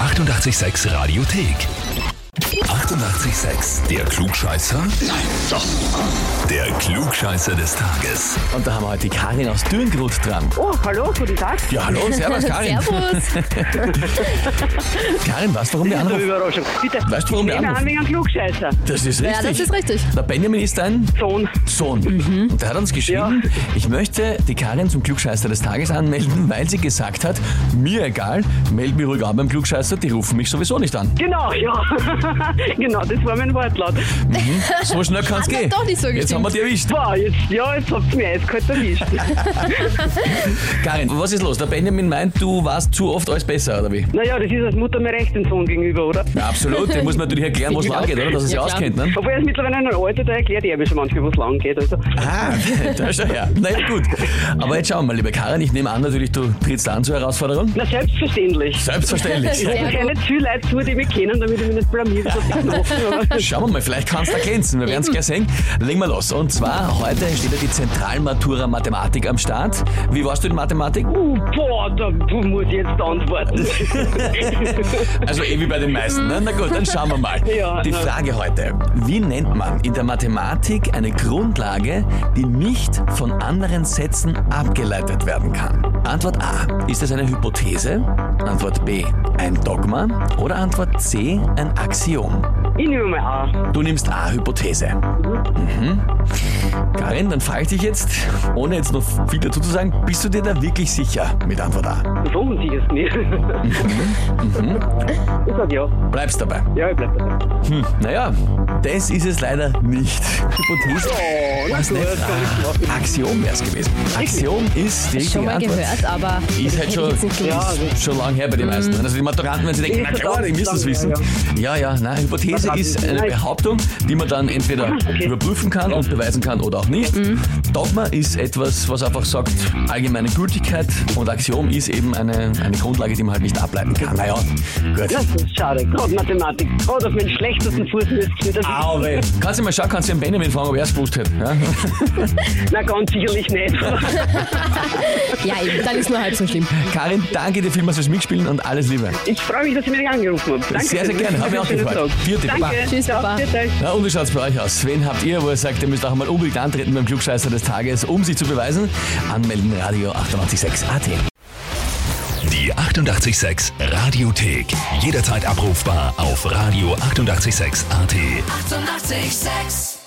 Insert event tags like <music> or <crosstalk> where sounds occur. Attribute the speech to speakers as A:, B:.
A: 886 Radiothek. 88,6. Der Klugscheißer? Nein, doch. Der Klugscheißer des Tages.
B: Und da haben wir heute Karin aus Dürngrut dran.
C: Oh, hallo, guten Tag.
B: Ja,
D: <laughs>
B: hallo, servus Karin.
D: Servus.
B: Karin, weißt du, warum der
C: Eine
B: anruft?
C: Überraschung. Bitte.
B: Weißt du, warum
C: ich
B: wir
C: nehme
B: anrufen?
C: an wegen einem Klugscheißer.
B: Das ist richtig.
D: Ja, das ist richtig. Mhm.
B: Der Benjamin ist ein
C: Sohn.
B: Sohn. Und der hat uns geschrieben, ich möchte die Karin zum Klugscheißer des Tages anmelden, weil sie gesagt hat, mir egal, meld mich ruhig an beim Klugscheißer, die rufen mich sowieso nicht an.
C: Genau, ja. <laughs> genau, das war mein Wortlaut.
B: So schnell
D: <laughs>
B: kann's
D: Hat
B: gehen.
D: Ah, doch nicht so
B: Jetzt haben wir die erwischt.
C: Boah, jetzt, ja, jetzt habt ihr mich eiskalt erwischt.
B: Karin, was ist los? Der Benjamin meint, du warst zu oft alles besser, oder
D: <laughs>
B: wie?
C: naja, das ist als Mutter mir recht dem Sohn gegenüber, oder?
B: Ja, absolut, dem muss man natürlich erklären, was
D: Ja.
B: lang geht, oder? Dass er sich
D: Ja, klar.
B: auskennt, ne?
C: Obwohl er ist mittlerweile ein Alter, da erklärt er mir schon manchmal, wo es lang geht. Also.
B: Ah, <laughs> da schau her. Na ja, gut. Aber jetzt schauen wir mal, liebe Karin, ich nehme an, natürlich, du trittst an zur Herausforderung.
C: Na, selbstverständlich.
B: Selbstverständlich.
D: Sehr
C: Es
D: gut.
C: sind nicht viele Leute zu, die mich kennen, damit ich mich nicht blamiere. Das ist noch offen,
B: <laughs>
C: aber-
B: Schauen wir mal, vielleicht kannst du ergänzen. Wir werden es gleich sehen. Legen wir los. Und zwar, heute steht ja die Zentralmatura Mathematik am Start. Wie warst du in Mathematik?
C: Uh, Boah, da muss ich jetzt antworten.
B: Also eh wie bei den meisten. Ne? Na gut, dann schauen wir mal.
C: Ja,
B: die
C: na.
B: Frage heute. Wie nennt man in der Mathematik eine Grundlage, die nicht von anderen Sätzen abgeleitet werden kann? Antwort A. Ist es eine Hypothese? Antwort B. Ein Dogma? Oder Antwort C. Ein Axiom?
C: ich nehme mal an.
B: Du nimmst A. Hypothese. Mhm. Karin, dann frage ich dich jetzt, ohne jetzt noch viel dazu zu sagen, bist du dir da wirklich sicher mit Antwort A?
C: So unsicher ist nicht.
B: Mhm,
C: Ich sag ja.
B: Bleibst dabei.
C: Ja, ich bleib dabei.
B: Hm, naja, das ist es leider nicht. Hypothese.
C: Oh, na
B: War's
C: gut,
B: nicht?
C: das kann ich machen.
B: Ah, Axiom wäre es gewesen. Axiom ist die richtige
D: Schon mal
B: Antwort.
D: gehört, aber
B: Ist halt
D: hätte
B: schon,
D: ich jetzt nicht
C: Ja,
D: gewusst. Mhm.
C: also-
B: ist schon lang her bei den meisten. Also die Maturanten, wenn sie denken,
C: Ist
B: na
C: schon
B: klar,
C: lang,
B: die müssen es
C: lang,
B: wissen. Ja, ja, na, Hypothese
C: Maturanten.
B: ist eine
C: Nein.
B: Behauptung, die man dann entweder
C: okay.
B: überprüfen kann und beweisen kann oder auch nicht.
D: Mhm.
B: Dogma ist etwas, was einfach sagt, allgemeine Gültigkeit und Axiom ist eben eine, eine Grundlage, die man halt nicht ableiten kann. Naja, gut.
C: Das ist schade. Gerade Mathematik. Gerade auf meinen schlechtesten Fuß müsste ich nicht erwischen.
B: Au, weh. Kannst du mal schauen, kannst du den Benjamin fragen, ob er es gewusst hätte. Ja?
C: Na, ganz sicherlich
B: <laughs>
C: nicht.
D: Ja, eben, dann ist nur halb so schlimm.
B: Karin, danke dir vielmals fürs Mitspielen und alles Liebe.
C: Ich freue mich, dass ihr mich angerufen habt. Danke.
B: Sehr, sehr gerne. Hab mich auch
C: Schönen
B: gefreut.
C: Tag.
B: Vierte, Baba.
C: Danke.
D: Tschüss,
C: Ciao.
D: Baba.
C: Viert euch.
B: Na, und wie schaut's bei euch aus? Wen habt ihr, wo ihr sagt, ihr müsst auch einmal unbedingt antreten beim Klugscheißer des Tages, um sich zu beweisen? Anmelden Radio 886 AT.
A: Die 88,6 Radiothek. Jederzeit abrufbar auf radio886.at. 88,6.
E: Eighty-eight, sex.